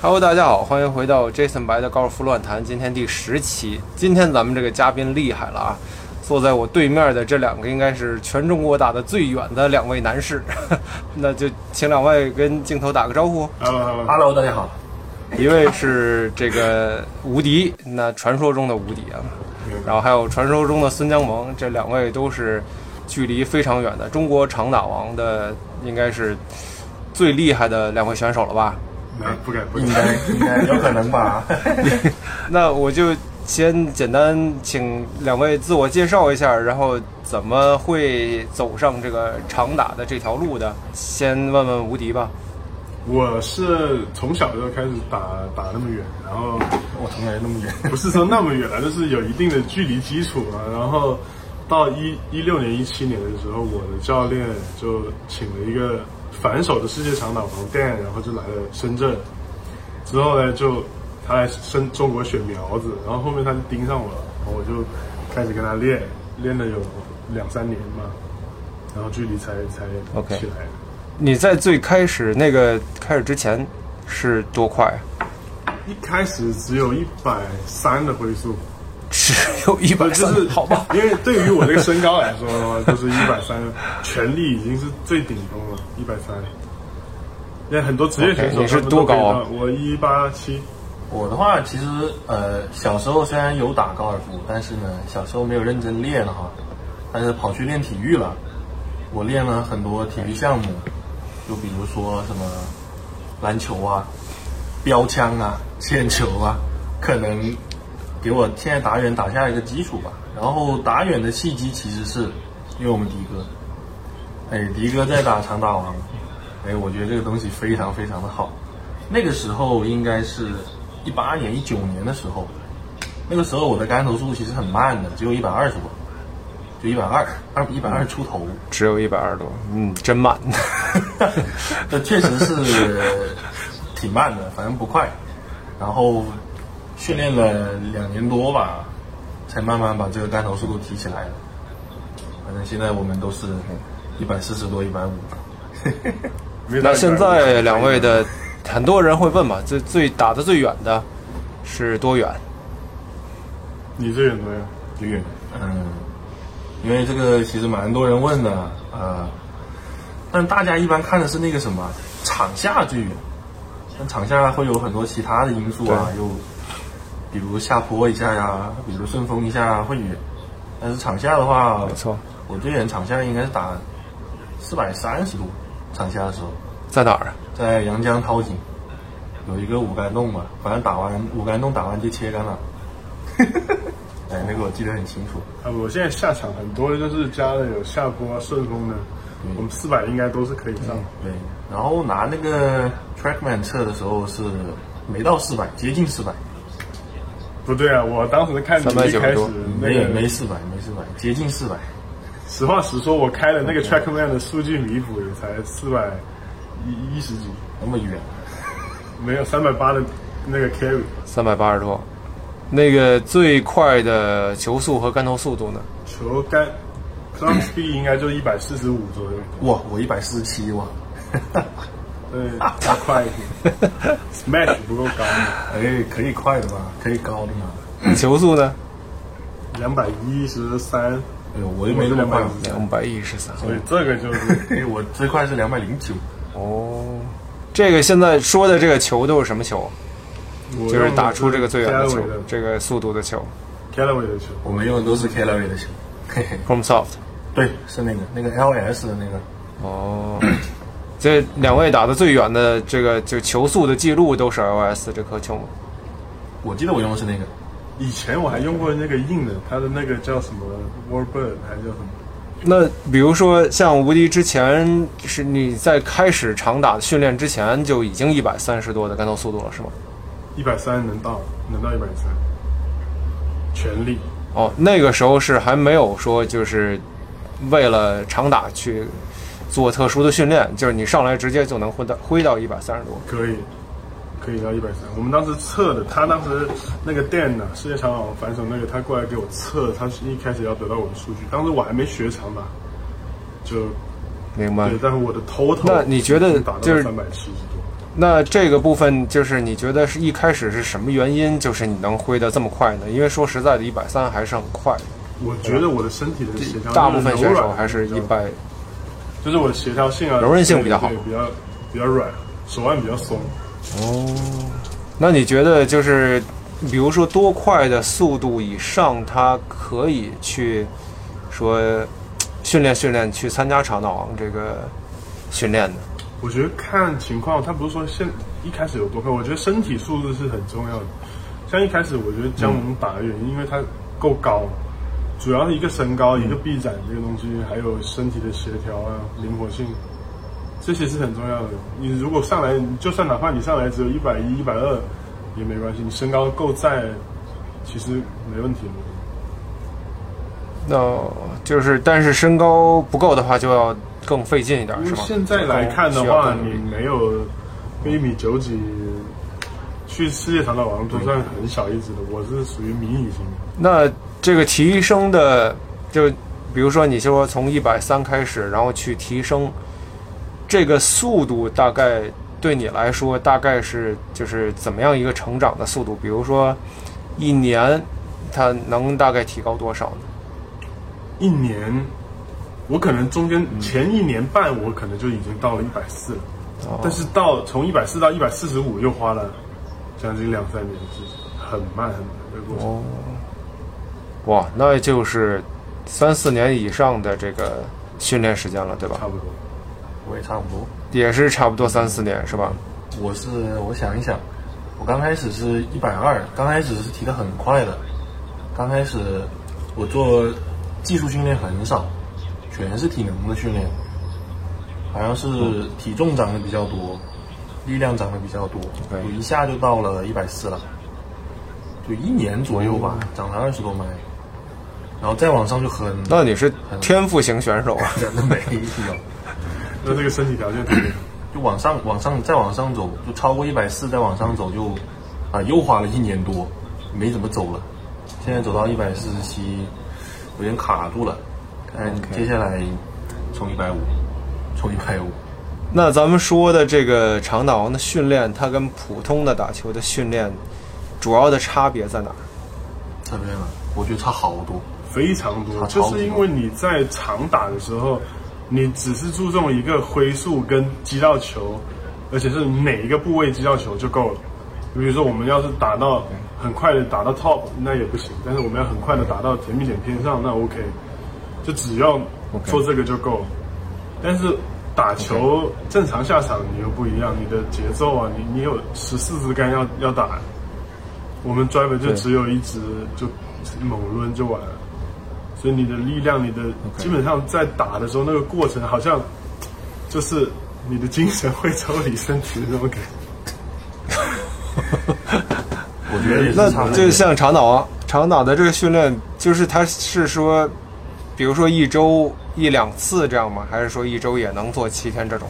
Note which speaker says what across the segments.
Speaker 1: Hello，大家好，欢迎回到 Jason 白的高尔夫乱谈，今天第十期。今天咱们这个嘉宾厉害了啊！坐在我对面的这两个应该是全中国打得最远的两位男士， 那就请两位跟镜头打个招呼。
Speaker 2: Hello，Hello，
Speaker 3: Hello，大家好。
Speaker 1: 一位是这个无敌，那传说中的无敌啊，然后还有传说中的孙江萌，这两位都是距离非常远的中国长打王的，应该是最厉害的两位选手了吧？
Speaker 2: 哎不敢不
Speaker 3: 应
Speaker 2: 敢，
Speaker 3: 该应该有可能吧？
Speaker 1: 那我就先简单请两位自我介绍一下，然后怎么会走上这个长打的这条路的？先问问无敌吧。
Speaker 2: 我是从小就开始打打那么远，然后
Speaker 3: 我从来那么远，
Speaker 2: 不是说那么远啊，就是有一定的距离基础嘛。然后到一一六年、一七年的时候，我的教练就请了一个反手的世界长打王 Dan，然后就来了深圳。之后呢，就他来深中国选苗子，然后后面他就盯上我了，然后我就开始跟他练，练了有两三年吧，然后距离才才
Speaker 1: OK
Speaker 2: 起来的。
Speaker 1: 你在最开始那个开始之前是多快？啊
Speaker 2: 一开始只有一百三的回速，
Speaker 1: 只有一百
Speaker 2: 就
Speaker 1: 三
Speaker 2: 是，
Speaker 1: 好吧？
Speaker 2: 因为对于我这个身高来说的话， 就是一百三，全力已经是最顶峰了，一百三。因为很多职业选
Speaker 1: OK，
Speaker 2: 手
Speaker 1: 你是
Speaker 2: 他们都
Speaker 1: 多高啊
Speaker 2: 可以到我一八七，
Speaker 3: 我的话，其实呃，小时候虽然有打高尔夫，但是呢，小时候没有认真练哈，但是跑去练体育了。我练了很多体育项目，就比如说什么篮球啊、标枪啊、铅球啊，可能给我现在打远打下一个基础吧。然后打远的契机其实是因为我们迪哥，哎，迪哥在打长打王，哎，我觉得这个东西非常非常的好。那个时候应该是一八年、一九年的时候，那个时候我的杆头速度其实很慢的，只有一百二十多，就一百二二一百二出头。
Speaker 1: 只有一百二十多，嗯，真 慢。
Speaker 3: 这确实是挺慢的，反正不快。然后训练了两年多吧，才慢慢把这个单头速度提起来的。反正现在我们都是一百四十多、一百五。
Speaker 2: 没到
Speaker 1: 那
Speaker 2: 150
Speaker 1: 现在两位的，很多人会问嘛，最最打的最远的是多远？
Speaker 2: 你最远多远？
Speaker 3: 这个，嗯，因为这个其实蛮多人问的，呃，但大家一般看的是那个什么场下最远，但场下会有很多其他的因素啊，有比如下坡一下呀，比如顺风一下啊会远，但是场下的话，
Speaker 1: 没错，
Speaker 3: 我最远场下应该是打四百三十度，场下的时候
Speaker 1: 在哪儿啊？
Speaker 3: 在阳江淘井有一个五杆洞吧，反正打完五杆洞打完就切杆了， 哎，那个我记得很清楚。
Speaker 2: 啊，我现在下场很多就是加了有下坡、啊顺风的，
Speaker 1: 嗯
Speaker 2: 我们四百应该都是可以上。
Speaker 3: 对，然后拿那个 TrackMan 测的时候是没到四百，接近四百，
Speaker 2: 不对啊，我当时看你一
Speaker 1: 390
Speaker 2: 开始
Speaker 1: 多
Speaker 2: 那
Speaker 3: 没
Speaker 2: 个
Speaker 3: 有没四百，没四百，接近四百。
Speaker 2: 实话实说，我开了那个 Trackman 的数据弥补也才四百一一十几，
Speaker 3: 那么远，
Speaker 2: 没有三百八的那个 carry。
Speaker 1: 三百八十多。那个最快的球速和杆头速度 呢？
Speaker 2: 球杆 club speed 应该就一百四十五左右，
Speaker 3: 哇，我一百四十七哇，
Speaker 2: 对， 要快一点。Smash 不够高，
Speaker 3: 哎，可以快的吧，可以高的嘛。
Speaker 1: 球速呢？
Speaker 2: 两百一十三，
Speaker 3: 哎呦，我又没那么快，
Speaker 1: 两百一十三。
Speaker 2: 所以这个就是
Speaker 3: 哎， 我最快是两百零九，
Speaker 1: 哦，这个现在说的这个球都是什么球？
Speaker 2: 我
Speaker 1: 就是打出这个最远的
Speaker 2: 的
Speaker 1: 球
Speaker 2: Callaway 的，
Speaker 1: 这个速度的球。
Speaker 2: Callaway 的球，
Speaker 3: 我们用的都是 Callaway 的球，嘿嘿，
Speaker 1: Chrome Soft。
Speaker 3: 对，是那个那个 LS 的那个，
Speaker 1: 哦， 这两位打的最远的这个就球速的记录都是 iOS 这颗球吗？
Speaker 3: 我记得我用的是那个，
Speaker 2: 以前我还用过那个硬的，它的那个叫什么 Warbird 还是叫什么？
Speaker 1: 那比如说像无敌之前是你在开始长打训练之前就已经一百三十多的杆头速度了是吗？
Speaker 2: 一百三能到，能到一百三，全力。
Speaker 1: 哦，那个时候是还没有说就是为了长打去做特殊的训练，就是你上来直接就能挥到挥到一百三十多。
Speaker 2: 可以，可以到一百三。我们当时测的，他当时那个 Dan 呢、世界长跑反手那个，他过来给我测，他是一开始要得到我的数据，当时我还没学长吧，就
Speaker 1: 明白
Speaker 2: 对，？但是我的 total
Speaker 1: 啊那你觉得
Speaker 2: 打到
Speaker 1: 就是
Speaker 2: 三百七十多，
Speaker 1: 那这个部分就是你觉得是一开始是什么原因，就是你能挥得这么快呢？因为说实在的，一百三还是很快的，
Speaker 2: 我觉得我的身体的协调，
Speaker 1: 啊大部分选手还是一，百。
Speaker 2: 就是我的协调性啊，
Speaker 1: 柔韧性比较好
Speaker 2: 对比较比较软，手腕比较松。
Speaker 1: 那你觉得就是，比如说多快的速度以上，他可以去说嘖训练训练，去参加长岛王这个训练的？
Speaker 2: 我觉得看情况，他不是说现一开始有多快，我觉得身体素质是很重要的。像一开始我觉得姜文打的原因，因为他够高，主要是一个身高、一个臂展这个东西，还有身体的协调啊、灵活性，这些是很重要的。你如果上来，就算哪怕你上来只有一百一、一百二也没关系，你身高够在，其实没问题的。
Speaker 1: 那就是，但是身高不够的话，就要更费劲一点，
Speaker 2: 因
Speaker 1: 是
Speaker 2: 为
Speaker 1: 吗？
Speaker 2: 现在来看的
Speaker 1: 需要
Speaker 2: 话，
Speaker 1: 更
Speaker 2: 你没有一米九几去世界长岛王都算很小一只的，我是属于迷你型的。
Speaker 1: 那这个提升的，就比如说你说从一百三开始，然后去提升，这个速度大概对你来说大概是就是怎么样一个成长的速度？比如说一年，它能大概提高多少呢？
Speaker 2: 一年，我可能中间前一年半，我可能就已经到了一百四了，
Speaker 1: 哦
Speaker 2: 但是到从一百四到一百四十五又花了将近两三年，是很慢很慢的过
Speaker 1: 哦
Speaker 2: 程。
Speaker 1: 哇，那就是三四年以上的这个训练时间了，对吧
Speaker 2: 差？不多，
Speaker 3: 我也差不多。
Speaker 1: 也是差不多三四年，是吧？
Speaker 3: 我是我想一想，我刚开始是一百二，刚开始是提的很快的，刚开始我做技术训练很少，全是体能的训练，好像是体重涨得比较多，力量涨得比较多，
Speaker 1: OK
Speaker 3: 我一下就到了一百四了，就一年左右吧，涨了二十多迈，然后再往上就很
Speaker 1: 那你是天赋型选手啊，
Speaker 3: 真的哦没有。
Speaker 2: 那这个身体条件特别好。
Speaker 3: 就往上往上再往上走，就超过一百四再往上走就啊、又花了一年多，没怎么走了。现在走到一百四十七，有点卡住了。看
Speaker 1: OK
Speaker 3: 接下来冲一百五，冲一百五。
Speaker 1: 那咱们说的这个长岛王的训练，它跟普通的打球的训练主要的差别在哪儿？
Speaker 3: 这边了，我觉得差好多。
Speaker 2: 非常多，
Speaker 3: 啊
Speaker 2: 就
Speaker 3: 超级
Speaker 2: 是
Speaker 3: 多
Speaker 2: 因为你在长打的时候，你只是注重一个挥速跟击到球，而且是哪一个部位击到球就够了。比如说，我们要是打到很快的打到 top，那也不行；但是我们要很快的打到甜蜜点偏上，那 OK，就只要做这个就够了。但是打球正常下场你又不一样，你的节奏啊，你你有十四支杆要要打，我们 driver 就
Speaker 1: 对
Speaker 2: 只有一支就猛抡就完了。所以你的力量，你的基本上在打的时候，那个过程好像就是你的精神会抽离身体的那种感觉。
Speaker 3: 我觉得也
Speaker 1: 那
Speaker 3: 是差不多。
Speaker 1: 就像长岛王，长岛的这个训练，就是它是说，比如说一周一两次这样吗？还是说一周也能做七天这种？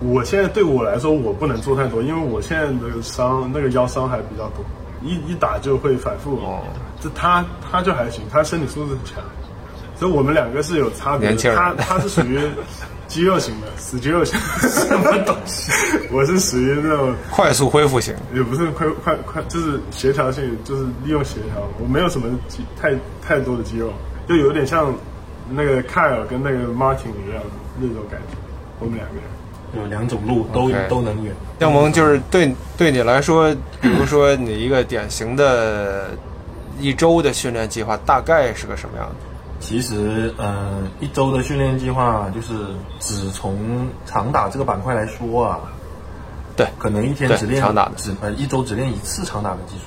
Speaker 2: 我现在对我来说，我不能做太多，因为我现在的伤那个腰伤还比较多，一一打就会反复。
Speaker 1: 哦
Speaker 2: 这他他就还行，他身体素质很强，所以我们两个是有差别
Speaker 1: 年轻
Speaker 2: 的。
Speaker 1: 人
Speaker 2: 他他是属于肌肉型的，死肌肉型，什么东 西？我是属于那种
Speaker 1: 快速恢复型，
Speaker 2: 也不是快快快，就是协调性，就是利用协调。我没有什么肌太太多的肌肉，就有点像那个凯尔跟那个 Martin 一样那种感觉。我们两个人，
Speaker 3: 有两种路都
Speaker 1: OK
Speaker 3: 都能远。
Speaker 1: 要么就是对对你来说，比如说你一个典型的一周的训练计划大概是个什么样的？
Speaker 3: 其实，呃，一周的训练计划就是只从长打这个板块来说啊，
Speaker 1: 对
Speaker 3: 可能一天
Speaker 1: 对
Speaker 3: 只练
Speaker 1: 长打的
Speaker 3: 只呃一周只练一次长打的技术，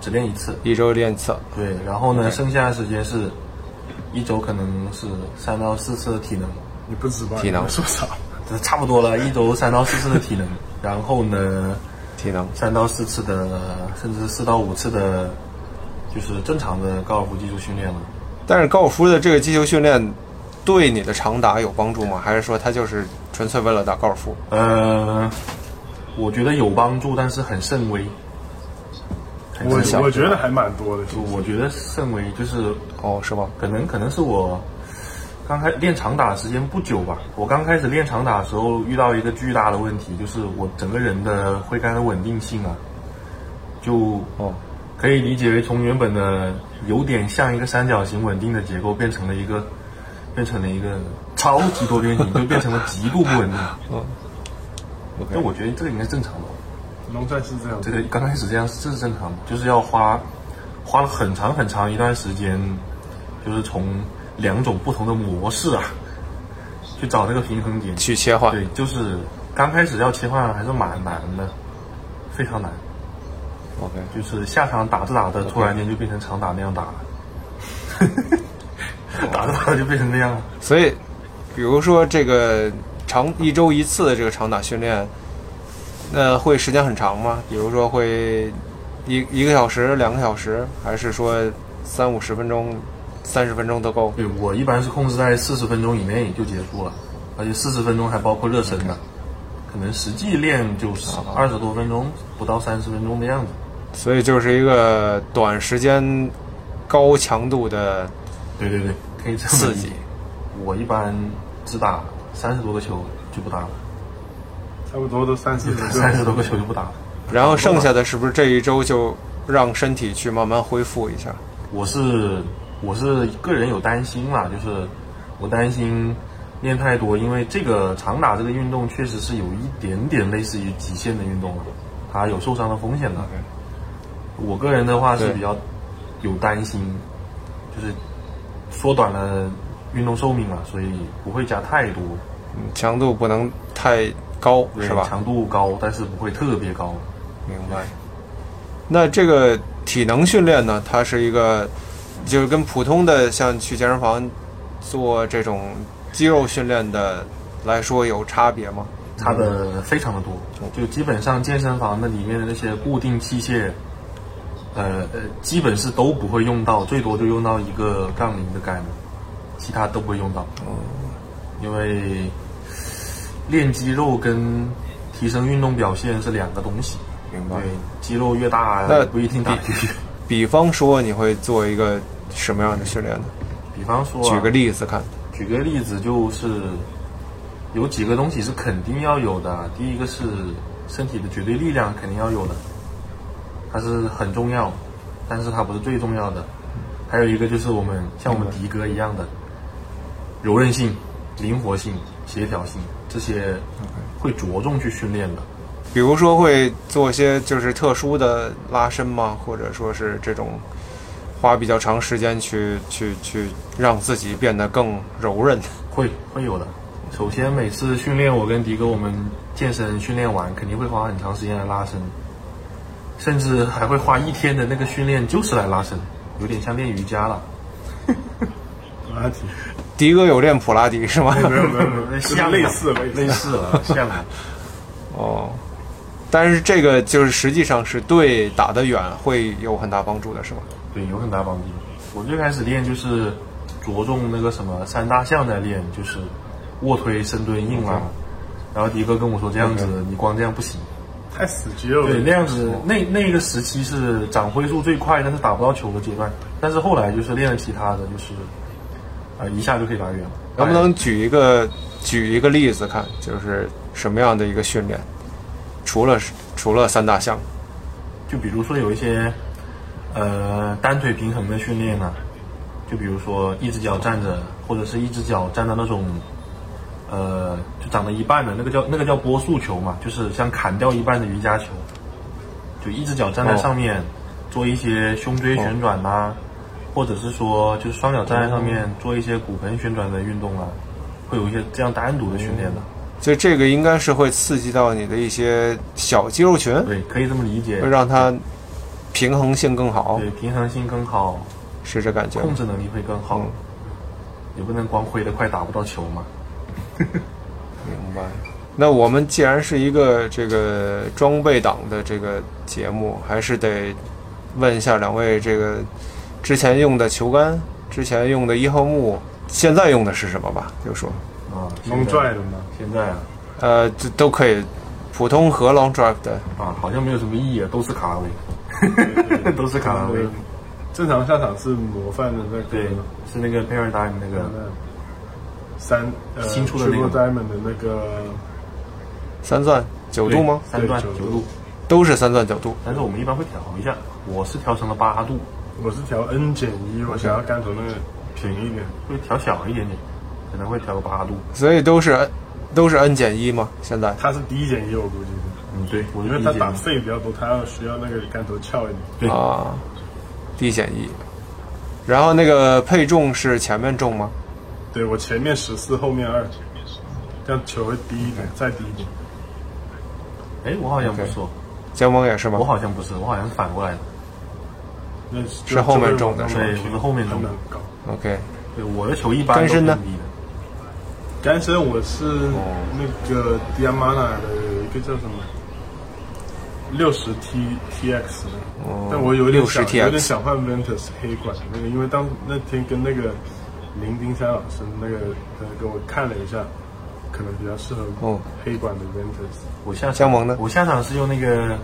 Speaker 3: 只练一次。
Speaker 1: 一周练一次，
Speaker 3: 对，然后呢，剩下的时间是一周可能是三到四次的体能，
Speaker 2: 你不指望
Speaker 1: 体能
Speaker 2: 你说啥？
Speaker 3: 这差不多了，一周三到四次的体能，然后呢，
Speaker 1: 体能。
Speaker 3: 三到四次的，甚至四到五次的，就是正常的高尔夫技术训练了。
Speaker 1: 但是高尔夫的这个击球训练对你的长打有帮助吗？还是说它就是纯粹为了打高尔夫？
Speaker 3: 呃，我觉得有帮助，但是很甚微。很
Speaker 2: 我
Speaker 3: 甚微
Speaker 2: 我觉得还蛮多的。其实
Speaker 3: 我觉得甚微，就是
Speaker 1: 哦，是吗？
Speaker 3: 可能可能是我刚开练长打的时间不久吧，我刚开始练长打的时候遇到一个巨大的问题，就是我整个人的挥杆的稳定性啊，就
Speaker 1: 哦，
Speaker 3: 可以理解为从原本的有点像一个三角形稳定的结构，变成了一个变成了一个超级多边形，就变成了极度不稳定。
Speaker 1: 嗯
Speaker 3: 但我觉得这个应该正常吧，
Speaker 2: 农战是这样
Speaker 3: 这
Speaker 2: 的，
Speaker 3: 个刚开始这样是这是正常的，就是要花花了很长很长一段时间，就是从两种不同的模式啊，去找那个平衡点。
Speaker 1: 去切换，
Speaker 3: 对，就是刚开始要切换还是蛮难的，非常难。
Speaker 1: ，OK，
Speaker 3: 就是下场打着打着，突然间就变成长打那样打了， 打着打着就变成那样了。
Speaker 1: 所以，比如说这个长一周一次的这个长打训练，那会时间很长吗？比如说会一一个小时、两个小时，还是说三五十分钟、三十分钟都够？
Speaker 3: 对我一般是控制在四十分钟以内就结束了，而且四十分钟还包括热身呢，可能实际练就是二十多分钟，不到三十分钟的样子。
Speaker 1: 所以就是一个短时间、高强度的
Speaker 3: 对对对，可以这么
Speaker 1: 刺
Speaker 3: 理
Speaker 1: 激
Speaker 3: 解。我一般只打三十多个球就不打了，
Speaker 2: 差不多都三四十个。
Speaker 3: 三十多个球就不打了。
Speaker 1: 然后剩下的是不是这一周就让身体去慢慢恢复一下？
Speaker 3: 我是我是个人有担心啦，就是我担心练太多，因为这个长打这个运动确实是有一点点类似于极限的运动了，啊它有受伤的风险的。我个人的话是
Speaker 1: 对
Speaker 3: 比较有担心，就是缩短了运动寿命嘛，所以不会加太多，
Speaker 1: 嗯强度不能太高，
Speaker 3: 对
Speaker 1: 是吧？
Speaker 3: 强度高，但是不会特别高。
Speaker 1: 明白。那这个体能训练呢，它是一个，就是跟普通的像去健身房做这种肌肉训练的来说有差别吗？
Speaker 3: 差的非常的多，
Speaker 1: 嗯
Speaker 3: 就基本上健身房的里面的那些固定器械，呃呃，基本是都不会用到，最多就用到一个杠铃的杆，其他都不会用到。
Speaker 1: 哦
Speaker 3: 因为练肌肉跟提升运动表现是两个东西。
Speaker 1: 明
Speaker 3: 对，肌肉越大
Speaker 1: 那
Speaker 3: 不一定打得越远。
Speaker 1: 比方说，你会做一个什么样的训练呢？
Speaker 3: 比方说、啊，
Speaker 1: 举个例子看。
Speaker 3: 举个例子，就是有几个东西是肯定要有的。第一个是身体的绝对力量肯定要有的，它是很重要，但是它不是最重要的。还有一个就是我们像我们迪哥一样的柔韧性、灵活性、协调性这些会着重去训练的。
Speaker 1: 比如说会做一些就是特殊的拉伸吗？或者说是这种花比较长时间去去去让自己变得更柔韧？
Speaker 3: 会会有的。首先，每次训练，我跟迪哥我们健身训练完，肯定会花很长时间来拉伸，甚至还会花一天的那个训练就是来拉伸，有点像练瑜伽了。
Speaker 2: 拉提，
Speaker 1: 迪哥有练普拉提是吗？
Speaker 2: 没有没有没有，就是
Speaker 3: 像
Speaker 2: 类似类似
Speaker 3: 类似了，像了。
Speaker 1: 哦，但是这个就是实际上是对打得远会有很大帮助的，是吗？
Speaker 3: 对，有很大帮助。我最开始练就是着重那个什么三大项在练，就是卧推、深蹲、硬拉。然后迪哥跟我说，这样子你光这样不行。
Speaker 2: 太死肌肉
Speaker 3: 对，
Speaker 2: 了
Speaker 3: 那。样子那那个时期是长挥速最快，但是打不到球的阶段。但是后来就是练了其他的，就是呃一下就可以打远了。
Speaker 1: 能不能举一个举一个例子看，就是什么样的一个训练？除了除了三大项，
Speaker 3: 就比如说有一些呃单腿平衡的训练呢、就比如说一只脚站着，或者是一只脚站到那种呃就长到一半的那个叫那个叫波速球嘛，就是像砍掉一半的瑜伽球，就一只脚站在上面、做一些胸椎旋转呐、或者是说就是双脚站在上面做一些骨盆旋转的运动啊，会有一些这样单独的训练的。
Speaker 1: 所以这个应该是会刺激到你的一些小肌肉群。
Speaker 3: 对，可以这么理解
Speaker 1: 会。让它平衡性更好，
Speaker 3: 对，平衡性更好，
Speaker 1: 是这感觉吗
Speaker 3: 控。制能力会更好，
Speaker 1: 嗯
Speaker 3: 也不能光挥得快打不到球嘛。
Speaker 1: 明白。那我们既然是一个这个装备党的这个节目，还是得问一下两位，这个之前用的球杆，之前用的一号木，现在用的是什么吧？就说，
Speaker 3: 啊，
Speaker 2: 蒙拽的嘛，
Speaker 3: 现在啊，
Speaker 1: 呃，这都可以，普通和 long drive 的，
Speaker 3: 啊，好像没有什么意义啊，都是卡拉威， 都是卡拉威。
Speaker 2: 正常下场是模范的那个
Speaker 3: 对，是那个 Paradigm 那个
Speaker 2: 嗯三呃
Speaker 3: 新出的那个
Speaker 2: Triple Diamond 的那个
Speaker 1: 三钻九度吗？
Speaker 3: 三段
Speaker 2: 对九
Speaker 3: 九
Speaker 2: 度
Speaker 3: 度，
Speaker 1: 都是三钻九度。
Speaker 3: 但是我们一般会调一下，我是调成了八度，
Speaker 2: 我是调 N 减一，我想要干头那个便宜一点，
Speaker 3: 会调小一点点，可能会调个八度。
Speaker 1: 所以都是都是 N 减一吗？现在
Speaker 2: 它是低减一，我估计的，
Speaker 3: 嗯，对，我
Speaker 2: 因
Speaker 3: 就
Speaker 2: 为
Speaker 3: 理
Speaker 2: 它
Speaker 3: 解
Speaker 2: 打
Speaker 3: 你
Speaker 2: 废比较多，它要需要那个干头翘一点。
Speaker 3: 对
Speaker 1: 啊，D 减一。然后那个配重是前面重吗？
Speaker 2: 对我前面十四，后面二，这样球会低一点，再低一点。
Speaker 3: 哎，我好像不是哦，
Speaker 1: 江蒙也是吗
Speaker 3: 我？好像不是，我好像是反过来的。
Speaker 2: 那就是
Speaker 1: 后面种的
Speaker 2: 就是
Speaker 3: 吧
Speaker 2: 往上提
Speaker 3: 对我是后面种的
Speaker 2: 很高。
Speaker 1: OK，
Speaker 3: 对，我的球一般
Speaker 1: 干
Speaker 3: 都是
Speaker 1: 身呢
Speaker 3: 很低的。
Speaker 2: 单身我是
Speaker 3: 哦
Speaker 2: 那个 Diamana 的有一个叫什么六十 T T X 的，
Speaker 3: 哦
Speaker 2: 但我有点想
Speaker 1: 60 TX
Speaker 2: 有点想换 Ventus 黑管那个，因为当那天跟那个林丁山老师那个呃给我看了一下，可能比较适合
Speaker 1: 哦
Speaker 2: 黑管的 Ventus。
Speaker 3: 我下场
Speaker 1: 江蒙呢
Speaker 3: 我下场是用那个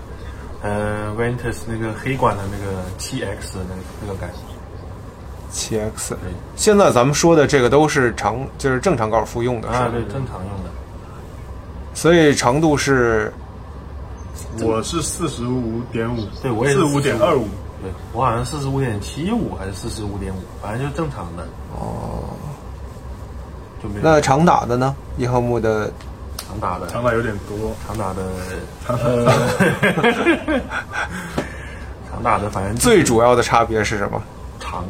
Speaker 3: 呃 Ventus 那个黑管的那个 7X 的那个那个杆，
Speaker 1: 七 X。现在咱们说的这个都是长，就是正常高尔夫用的，
Speaker 3: 啊，
Speaker 1: 是
Speaker 3: 对
Speaker 1: 吧？，
Speaker 3: 正常用的。
Speaker 1: 所以长度是
Speaker 2: 我是四十五点五，
Speaker 3: 对我也是
Speaker 2: 四五点二五，
Speaker 3: 对我好像四十五点七五还是四十五点五，反正就正常的。哦，就没有
Speaker 1: 那长打的呢？伊赫木的
Speaker 3: 长打的，
Speaker 2: 长打有点多，
Speaker 3: 长打的， 呃长打的，反正
Speaker 1: 最主要的差别是什么？
Speaker 3: 长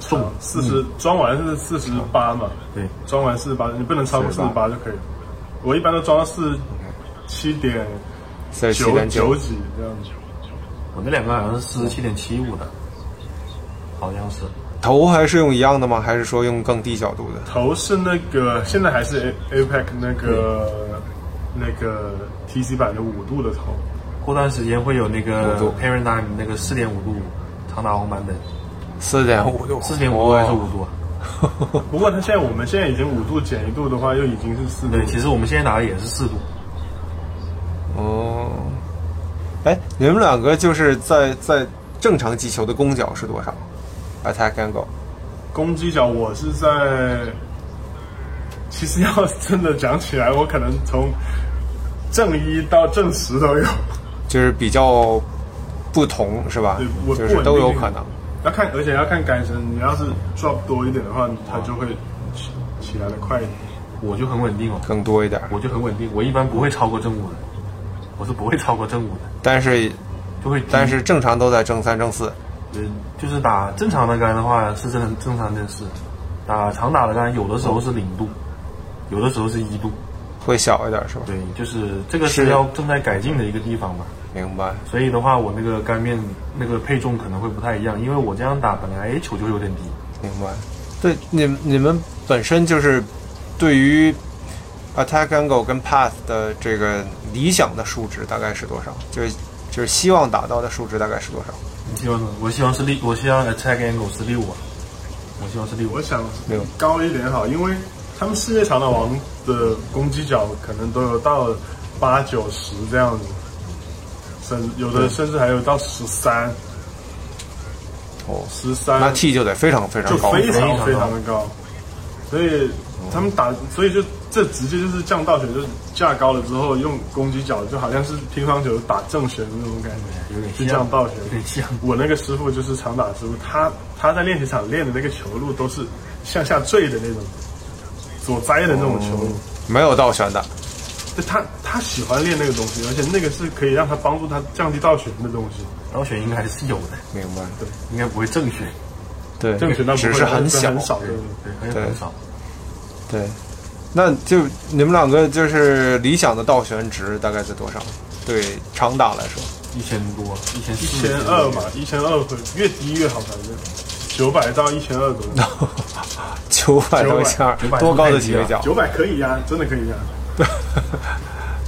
Speaker 3: 重，
Speaker 2: 四十装完是四十八嘛，
Speaker 3: 对，
Speaker 2: 装完四十八，你不能超过四十八就可以了。我一般都装到四七点
Speaker 1: 所以七
Speaker 2: 九
Speaker 1: 点
Speaker 2: 九
Speaker 1: 九。
Speaker 2: 几这样子。
Speaker 3: 我那两个好像是四十七点七五的，好像是。
Speaker 1: 头还是用一样的吗？还是说用更低角度的？
Speaker 2: 头是那个现在还是 A APEC 那个那个 TC 版的五度的头，
Speaker 3: 过段时间会有那个
Speaker 1: 五度
Speaker 3: Paradigm 那个四点五度长打红版本，
Speaker 1: 四点五度，
Speaker 3: 四点五度还是五度啊？
Speaker 2: 不过它现在我们现在已经五度减一度的话，又已经是四度
Speaker 3: 对，。其实我们现在打的也是四度，
Speaker 1: 哦，哎，你们两个就是在在正常击球的攻角是多少？Attack angle
Speaker 2: 攻击角我是在，其实要真的讲起来，我可能从正一到正十都有。
Speaker 1: 就是比较不同是吧
Speaker 2: 对，？我
Speaker 1: 就是都有可能。。
Speaker 2: 要看，而且要看杆身。你要是 drop 多一点的话，它就会起起来的快一点。
Speaker 3: 我就很稳定哦，
Speaker 1: 更多一点，
Speaker 3: 我就很稳定，我一般不会超过正五的，我是不会超过正五的，
Speaker 1: 但是
Speaker 3: 就会低
Speaker 1: 但是正常都在正三正四，
Speaker 3: 嗯，就是打正常的杆的话是正正常正四，打长打的杆有的时候是零度，有的时候是一度，
Speaker 1: 会小一点是吧？
Speaker 3: 对，就是这个
Speaker 1: 是
Speaker 3: 是要正在改进的一个地方吧。
Speaker 1: 明白。
Speaker 3: 所以的话，我那个杆面那个配重可能会不太一样，因为我这样打本来哎球就有点低，
Speaker 1: 明白。对，你们你们本身就是对于 attack angle 跟 path 的这个理想的数值大概是多少？就是就是希望达到的数值大概是多少？
Speaker 3: 你希望呢？我希望是六，我希望 attack angle 是六啊，我希望是六。
Speaker 2: 我想
Speaker 1: 没有
Speaker 2: 高一点好，因为他们世界长岛王的攻击角可能都有到八九十这样子，甚有的甚至还有到十三、
Speaker 1: 哦，
Speaker 2: 十三，
Speaker 1: 那 T 就得非常非常
Speaker 2: 呃就
Speaker 1: 高。
Speaker 2: 非常非
Speaker 3: 非常
Speaker 2: 常的高。所以他们打，所以就这直接就是降道旋，就是架高了之后用攻击角，就好像是乒乓球打正旋的那种感觉，
Speaker 3: 有点像
Speaker 2: 就降道旋，
Speaker 3: 有点像
Speaker 2: 我那个师傅就是长打师傅，他他在练习场练的那个球路都是向下坠的那种，左栽的那
Speaker 3: 哦
Speaker 2: 种球路。
Speaker 1: 没有倒悬的，
Speaker 2: 就他他喜欢练那个东西，而且那个是可以让他帮助他降低倒旋的东西。
Speaker 3: 然后选应该还是有的，
Speaker 1: 明白？
Speaker 3: 应该不会正选，
Speaker 1: 对，
Speaker 2: 正旋那不
Speaker 1: 只
Speaker 2: 会
Speaker 1: 是很
Speaker 2: 这
Speaker 1: 小，
Speaker 2: 很少的。
Speaker 3: 对，还是
Speaker 1: 对
Speaker 3: 很少。
Speaker 1: 对，那就你们两个就是理想的倒悬值大概在多少？对长打来说，
Speaker 3: 一千多，一千
Speaker 2: 一
Speaker 3: 四，
Speaker 2: 千二嘛，一千二会越低越好，反正九百到一千二左 右。
Speaker 1: 九百多下，
Speaker 3: 900
Speaker 1: 多啊高的起飞角？
Speaker 2: 九百可以呀、真的可以呀、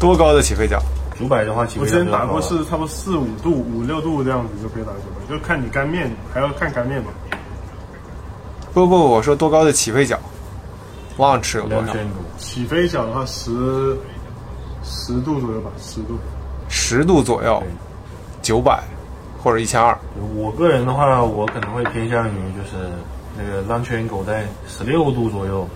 Speaker 1: 多高的起飞角？
Speaker 3: 九百的话起
Speaker 2: 我
Speaker 3: 飞
Speaker 2: 之前
Speaker 3: 点比较
Speaker 2: 打
Speaker 3: 高了
Speaker 2: 过是差不多四五度、五六度这样子就可以打九百，就看你干面，还要看干面吧。
Speaker 1: 不不，我说多高的起飞角，launch 有多
Speaker 3: 两
Speaker 1: 少？
Speaker 3: 千多，
Speaker 2: 起飞角的话十十度左右吧，十度。
Speaker 1: 十度左右，九百或者一千二。
Speaker 3: 我个人的话，我可能会偏向于就是那个让圈狗在十六度左右，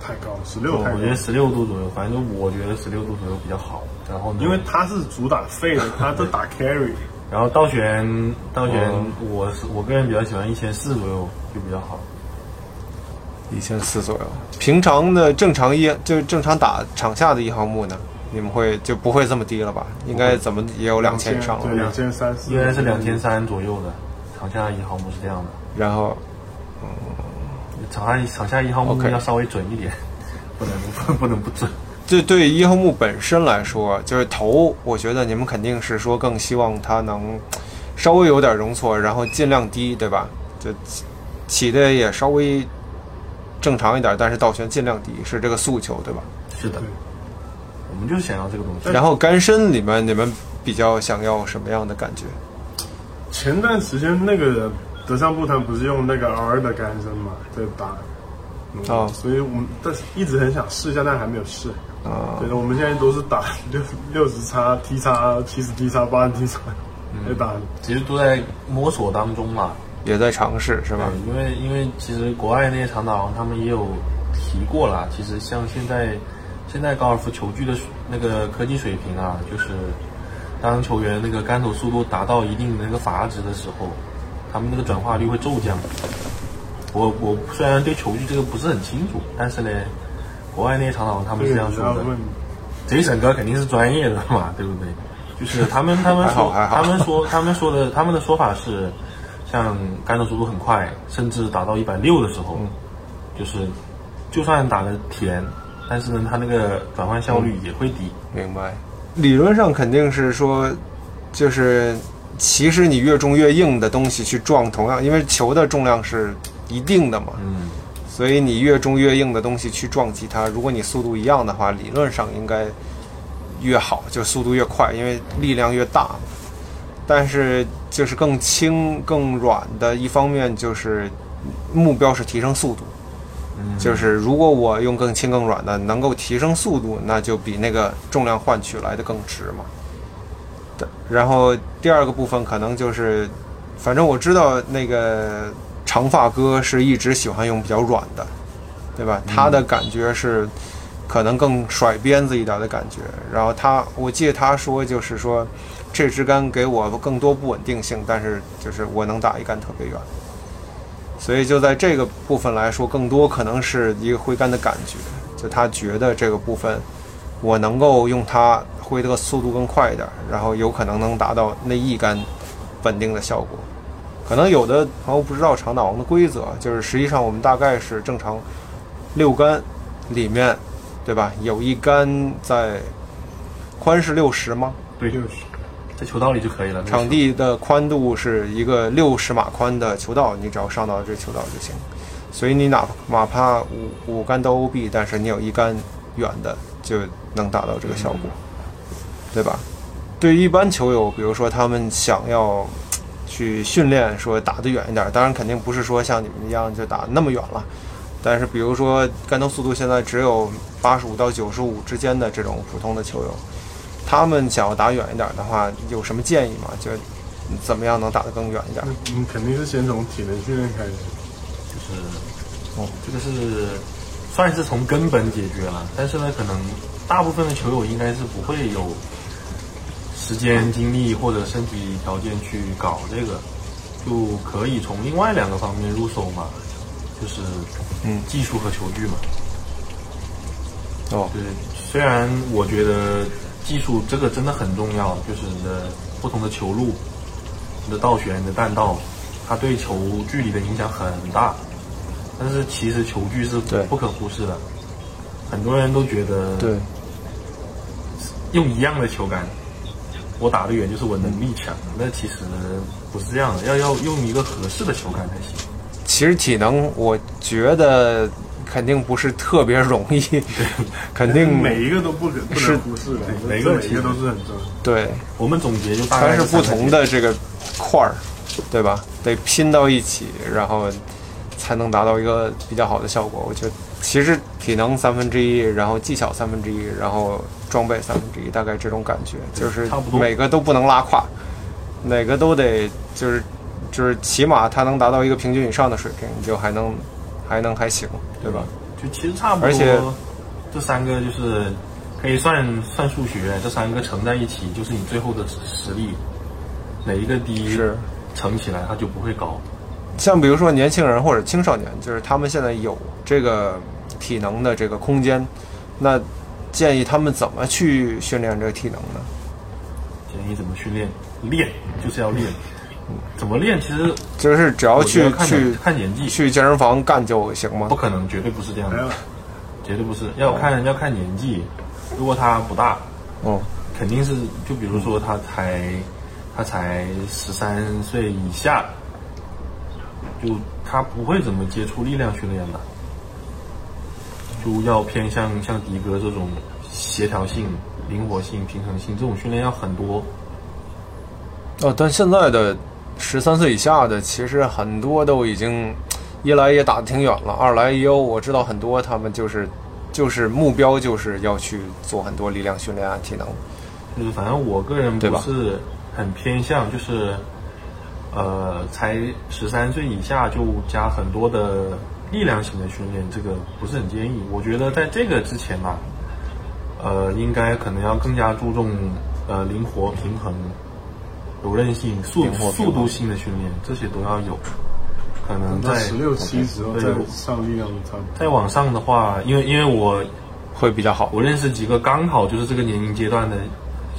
Speaker 2: 太高，十六太
Speaker 3: 哦我
Speaker 2: 高
Speaker 3: 觉。得十六度左右，反正就我觉得十六度左右比较好。然后呢
Speaker 2: 因为他是主打废的，他都打 carry，
Speaker 3: 然后倒悬倒悬
Speaker 2: 哦
Speaker 1: 嗯，
Speaker 3: 我是我个人比较喜欢一千四左右就比较好。
Speaker 1: 一千四左右。平常的正常一就是正常打场下的一号木呢，你们会就不会这么低了吧？应该怎么也有两千以上
Speaker 2: 对，
Speaker 1: 了。
Speaker 2: 两千三四，
Speaker 3: 应该是两千三左右的，场下一号木是这样的，
Speaker 1: 然后
Speaker 3: 场下场下一号木
Speaker 1: OK
Speaker 3: 要稍微准一点， 不能不不能 不准。
Speaker 1: 这对一号木本身来说，就是头，我觉得你们肯定是说更希望它能稍微有点容错，然后尽量低，对吧？就起起的也稍微正常一点，但是倒悬尽量低，是这个诉求，对吧？
Speaker 3: 是的
Speaker 2: 对，
Speaker 3: 我们就想要这个东西。
Speaker 1: 然后干身里面，你们比较想要什么样的感觉？
Speaker 2: 前段时间那个德尚布腾不是用那个 R 的干针嘛，对打，嗯
Speaker 1: 哦
Speaker 2: 所以我们但是一直很想试一下，但还没有试。
Speaker 3: 哦
Speaker 1: 啊、
Speaker 2: 对的，我们现在都是打六六十叉、T 叉、七十 T 叉、八十 T 叉，
Speaker 3: 嗯
Speaker 2: 来打。
Speaker 3: 其实都在摸索当中嘛，
Speaker 1: 也在尝试，是吧？
Speaker 3: 对，因为因为其实国外那些长打王他们也有提过啦。其实像现在现在高尔夫球具的水那个科技水平啊，就是当球员那个杆头速度达到一定的那个阀值的时候，他们那个转化率会骤降。我我虽然对球具这个不是很清楚，但是呢，国外那些长打王他们
Speaker 2: 这
Speaker 3: 是
Speaker 2: 个
Speaker 3: 这样
Speaker 2: 你
Speaker 3: 说
Speaker 2: 要
Speaker 3: 的。
Speaker 2: 问，
Speaker 3: Jason 哥肯定是专业的 嘛，对不对？就是他们他们
Speaker 1: 还好
Speaker 3: 说
Speaker 1: 还好
Speaker 3: 他们 说他们说的他们的说法是，像杆头速度很快，甚至达到一百六的时
Speaker 1: 嗯
Speaker 3: 候，就是就算打的甜，但是呢，他那个转换效
Speaker 1: 嗯
Speaker 3: 率也会低。
Speaker 1: 明白。理论上肯定是说，就是其实你越重越硬的东西去撞同样，因为球的重量是一定的嘛，
Speaker 3: 嗯，
Speaker 1: 所以你越重越硬的东西去撞击它，如果你速度一样的话，理论上应该越好，就速度越快，因为力量越大。但是就是更轻、更软的，一方面就是目标是提升速度，
Speaker 3: 嗯
Speaker 1: 就是如果我用更轻更软的能够提升速度，那就比那个重量换取来的更值嘛。对然后第二个部分可能就是，反正我知道那个长发哥是一直喜欢用比较软的，对吧？他的感觉是可能更甩鞭子一点的感觉。然后他，我记得他说就是说，这支杆给我更多不稳定性，但是就是我能打一杆特别远。所以就在这个部分来说，更多可能是一个挥杆的感觉，就他觉得这个部分，我能够用它挥的速度更快一点，然后有可能能达到那一杆稳定的效果。可能有的朋友不知道长打王的规则，就是实际上我们大概是正常六杆里面，对吧？有一杆在宽是六十吗？
Speaker 3: 对，在球道里就可以了。那个
Speaker 1: 场地的宽度是一个六十码宽的球道，你只要上到这球道就行。所以你哪哪怕嗯五五杆到 OB，但是你有一杆远的就能达到这个效果，对吧？对于一般球友，比如说他们想要去训练，说打得远一点，当然肯定不是说像你们一样就打那么远了。但是比如说杆头速度现在只有八十五到九十五之间的这种普通的球友，他们想要打远一点的话，有什么建议吗？就怎么样能打得更远一点？
Speaker 2: 你嗯肯定是先从体能训练开始。
Speaker 3: 就是，哦，这个是算是从根本解决了，但是呢，可能大部分的球友应该是不会有时间、精力或者身体条件去搞这个，就可以从另外两个方面入手嘛，就是
Speaker 1: 嗯
Speaker 3: 技术和球具嘛。
Speaker 1: 哦，
Speaker 3: 对，虽然我觉得技术这个真的很重要，就是你的不同的球路、你的倒旋、你的弹道，它对球距离的影响很大。但是其实球距是
Speaker 1: 对
Speaker 3: 不可忽视的，很多人都觉得
Speaker 1: 对，
Speaker 3: 用一样的球杆，我打得远就是我能力强。那其实不是这样的，要要用一个合适的球杆才行。
Speaker 1: 其实体能我觉得肯定不是特别容易， 肯定
Speaker 2: 每一个都不可不
Speaker 1: 是
Speaker 2: 能忽视的，
Speaker 3: 对
Speaker 2: 这
Speaker 3: 每个
Speaker 2: 每一个
Speaker 3: 其实
Speaker 2: 都是很重要。
Speaker 1: 对，
Speaker 3: 我们总结就大概
Speaker 1: 全是不
Speaker 3: 三个点
Speaker 1: 同的这个块儿，对吧？得拼到一起，然后才能达到一个比较好的效果。我觉得其实体能三分之一，然后技巧三分之一，然后装备三分之一，大概这种感觉，就是
Speaker 3: 差不多
Speaker 1: 每个都不能拉胯，哪个都得就是就是起码它能达到一个平均以上的水平，你就还能还能还行，对吧？
Speaker 3: 嗯就其实差不多。
Speaker 1: 而且
Speaker 3: 这三个就是可以算算数学，这三个乘在一起就是你最后的实力，哪一个低
Speaker 1: 是
Speaker 3: 乘起来它就不会高。
Speaker 1: 像比如说年轻人或者青少年，就是他们现在有这个体能的这个空间，那建议他们怎么去训练这个体能呢？
Speaker 3: 建议怎么训练？练就是要练，
Speaker 1: 嗯
Speaker 3: 怎么练？其实
Speaker 1: 就是只要
Speaker 3: 我觉
Speaker 1: 去
Speaker 3: 得看
Speaker 1: 去
Speaker 3: 演看演技，
Speaker 1: 去健身房干就行吗
Speaker 3: 不？可能，绝对不是这样
Speaker 2: 还有
Speaker 3: 的，绝对不是。要看要看年纪，如果他不大，
Speaker 1: 嗯，
Speaker 3: 肯定是就比如说他才、他才十三岁以下，就他不会怎么接触力量训练的，就要偏向像迪哥这种协调性、灵活性、平衡性这种训练要很多。
Speaker 1: 哦，但现在的十三岁以下的，其实很多都已经，呃一来也打得挺远了，二来也有我知道很多他们就是就是目标就是要去做很多力量训练啊、体能。
Speaker 3: 就是嗯反正我个人
Speaker 1: 对
Speaker 3: 不
Speaker 1: 吧
Speaker 3: 是很偏向，就是呃，才十三岁以下就加很多的力量型的训练，这个不是很建议。我觉得在这个之前吧，呃，应该可能要更加注重呃灵活、平衡、柔韧性、速
Speaker 1: 灵活平衡
Speaker 3: 速度性的训练，这些都要有。可能
Speaker 2: 到
Speaker 3: 在
Speaker 2: 十六七之后再
Speaker 3: 对
Speaker 2: 上力量操，
Speaker 3: 再往上的话，因为因为我
Speaker 1: 会比较好。
Speaker 3: 我认识几个刚好就是这个年龄阶段的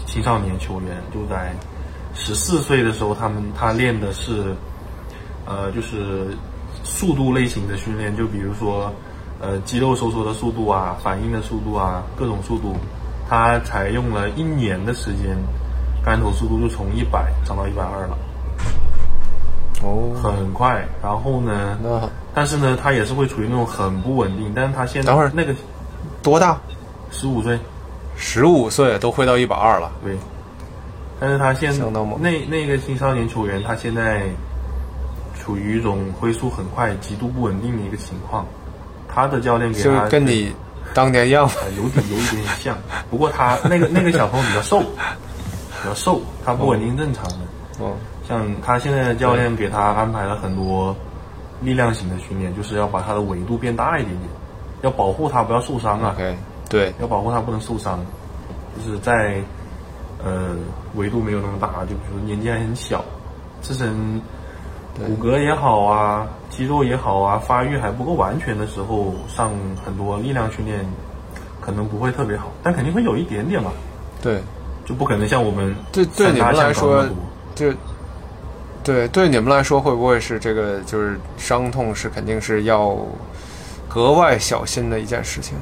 Speaker 3: 青少年球员，就在十四岁的时候，他们他练的是，呃，就是速度类型的训练，就比如说，呃，肌肉收缩的速度啊，反应的速度啊，各种速度，他才用了一年的时间，杆头速度就从一百涨到一百二了，
Speaker 1: 哦，
Speaker 3: 很快。然后呢，
Speaker 1: 那
Speaker 3: 但是呢，他也是会处于那种很不稳定，但是他现在
Speaker 1: 等会儿
Speaker 3: 那个
Speaker 1: 多大？
Speaker 3: 十五岁。
Speaker 1: 十五岁都会到一百二了。
Speaker 3: 对，但是他现
Speaker 1: 相当猛
Speaker 3: 那那个青少年球员，他现在处于一种恢复很快、极度不稳定的一个情况。他的教练给
Speaker 1: 就是
Speaker 3: 他
Speaker 1: 跟你当年一样，
Speaker 3: 呃有点有一点点像，不过他那个那个小朋友比较瘦，比较瘦，他不稳定正常的。
Speaker 1: 嗯，
Speaker 3: 像他现在的教练给他安排了很多力量型的训练，就是要把他的维度变大一点点，要保护他不要受伤啊。
Speaker 1: ，OK，对，
Speaker 3: 要保护他不能受伤，就是在呃维度没有那么大，就比如说年纪还很小，自身骨骼也好啊，肌肉也好啊，发育还不够完全的时候，上很多力量训练可能不会特别好，但肯定会有一点点嘛，
Speaker 1: 对，
Speaker 3: 就不可能像我们
Speaker 1: 对对
Speaker 3: 散
Speaker 1: 你
Speaker 3: 打
Speaker 1: 们来
Speaker 3: 散打
Speaker 1: 说
Speaker 3: 那么多
Speaker 1: 就对对你们来说，会不会是这个就是伤痛是肯定是要格外小心的一件事情？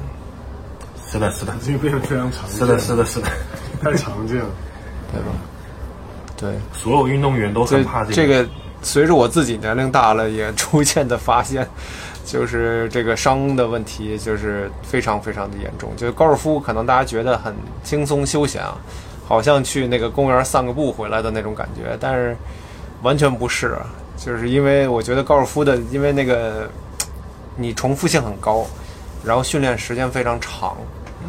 Speaker 3: 是的，是的，
Speaker 2: 已经变得非常常见，
Speaker 3: 是的，是的，是的，
Speaker 2: 太常见了。
Speaker 1: 对吧？对，
Speaker 3: 所有运动员都
Speaker 1: 所
Speaker 3: 很
Speaker 1: 以
Speaker 3: 怕
Speaker 1: 这
Speaker 3: 个。
Speaker 1: 个随着我自己年龄大了，也逐渐的发现，就是这个伤的问题就是非常非常的严重。就是高尔夫可能大家觉得很轻松休闲啊，好像去那个公园散个步回来的那种感觉，但是完全不是啊，就是因为我觉得高尔夫的，因为那个你重复性很高，然后训练时间非常长，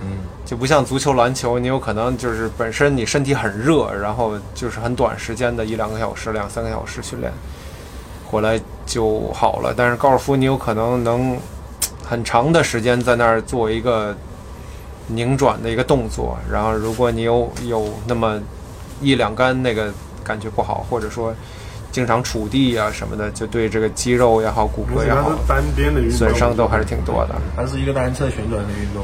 Speaker 3: 嗯，
Speaker 1: 就不像足球、篮球，你有可能就是本身你身体很热，然后就是很短时间的一两个小时、两三个小时训练，回来就好了。但是高尔夫，你有可能能很长的时间在那儿做一个拧转的一个动作，然后如果你有有那么一两杆那个感觉不好，或者说经常触地啊什么的，就对这个肌肉也好、骨
Speaker 3: 啊
Speaker 2: 而
Speaker 1: 骼
Speaker 2: 且
Speaker 1: 也
Speaker 2: 它
Speaker 1: 好
Speaker 2: 是，单边的运动，
Speaker 1: 损伤都还是挺多的，
Speaker 3: 它是一个单侧旋转的运动，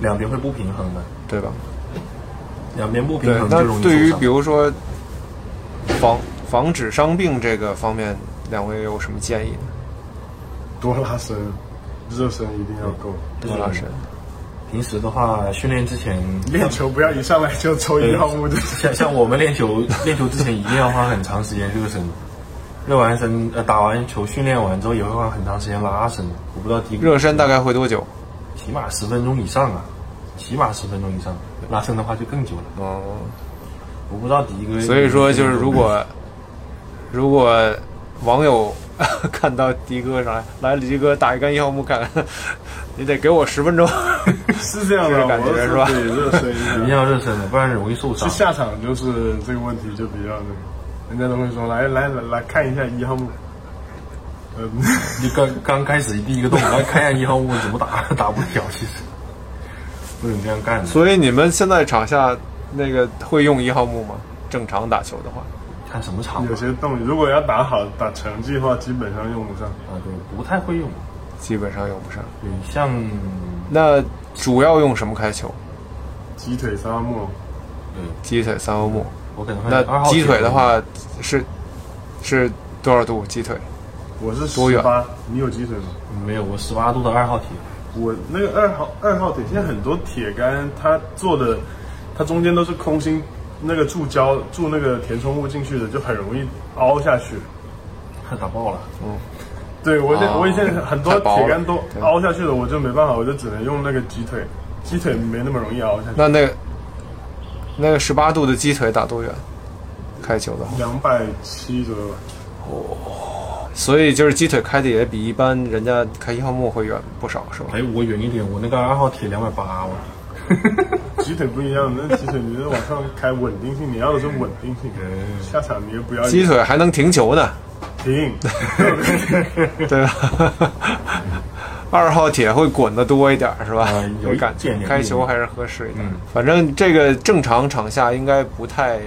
Speaker 3: 两边会不平衡的，
Speaker 1: 对吧？
Speaker 3: 两边不平
Speaker 1: 对，
Speaker 3: 衡就
Speaker 1: 那
Speaker 3: 容易受伤。
Speaker 1: 对于比如说防防止伤病这个方面，两位有什么建议呢？
Speaker 2: 多拉伸，热身一定要够。
Speaker 3: 就
Speaker 1: 罗
Speaker 3: 是
Speaker 1: 老师，
Speaker 3: 平时的话，训练之前，
Speaker 2: 练球不要一上来就抽一号目的，
Speaker 3: 像像我们练球， 练球之前一定要花很长时间热身，热完身呃打完球训练完之后也会花很长时间拉伸。我不知道迪哥
Speaker 1: 热身大概会多久？
Speaker 3: 起码十分钟以上啊，起码十分钟以上，拉伸的话就更久了。
Speaker 1: 嗯，
Speaker 3: 我不知道迪哥，
Speaker 1: 所以说就是如果如果网友 看到迪哥上来，来迪哥打一杆一号木杆， 你得给我十分钟。
Speaker 2: 是这样的，
Speaker 1: 这个感觉
Speaker 2: 我
Speaker 1: 是吧
Speaker 2: 对，热身一
Speaker 3: 一
Speaker 2: 定
Speaker 3: 定
Speaker 2: 要。
Speaker 3: 要热身的，不然容易受
Speaker 2: 就
Speaker 3: 伤。
Speaker 2: 下场就是这个问题就比较那个，人家都会说来来来来看一下一号目，嗯，
Speaker 3: 你刚刚开始第一个动作，哎看一下一号物怎么打， 打不了，其实不能这样干的。
Speaker 1: 所以你们现在场下那个会用一号木吗？正常打球的话，
Speaker 3: 看什么场
Speaker 2: 有
Speaker 3: 合
Speaker 2: 些动如果要打好打成绩的话，基本上用不上。
Speaker 3: 啊，对，不太会用。
Speaker 1: 基本上用不上。
Speaker 3: 对，像
Speaker 1: 那主要用什么开球？
Speaker 2: 鸡腿沙漠，
Speaker 3: 对
Speaker 1: 鸡腿三号木。
Speaker 3: 我可能会二
Speaker 1: 那
Speaker 3: 号
Speaker 1: 鸡腿
Speaker 3: 球
Speaker 1: 的，话是是多少度？鸡腿
Speaker 2: 我是
Speaker 1: 多
Speaker 2: 十
Speaker 1: 远
Speaker 2: 八，你有鸡腿吗？
Speaker 3: 没有我十八度的二号铁，
Speaker 2: 我那个二号二号铁，现在很多铁杆它做的，它中间都是空心那个注胶注那个填充物进去的，就很容易凹下去。
Speaker 3: 打爆了。
Speaker 2: 对我这、
Speaker 1: 哦
Speaker 2: 我以前很多
Speaker 1: 太薄了
Speaker 2: 铁杆都
Speaker 1: 对
Speaker 2: 凹下去了，我就没办法，我就只能用那个鸡腿，鸡腿没那么容易凹下去。
Speaker 1: 那那个那个十八度的鸡腿打多远？开球的话，
Speaker 2: 两百七左右吧，
Speaker 1: 所以就是鸡腿开的也比一般人家开一号木会远不少，是吧？
Speaker 3: 哎，我远一点，我那个二号铁两百八，我
Speaker 2: 鸡腿不一样，那鸡腿你是往上开稳定性，你要的是稳定性。下场你也不要
Speaker 1: 嗯鸡腿还能停球呢，
Speaker 2: 停，
Speaker 1: 对吧？二号铁会滚的多一点，是吧
Speaker 3: 啊？有
Speaker 1: 我
Speaker 3: 一
Speaker 1: 感觉
Speaker 3: 点点
Speaker 1: 开球还是合适一点
Speaker 3: 嗯。
Speaker 1: 反正这个正常场下应该不太，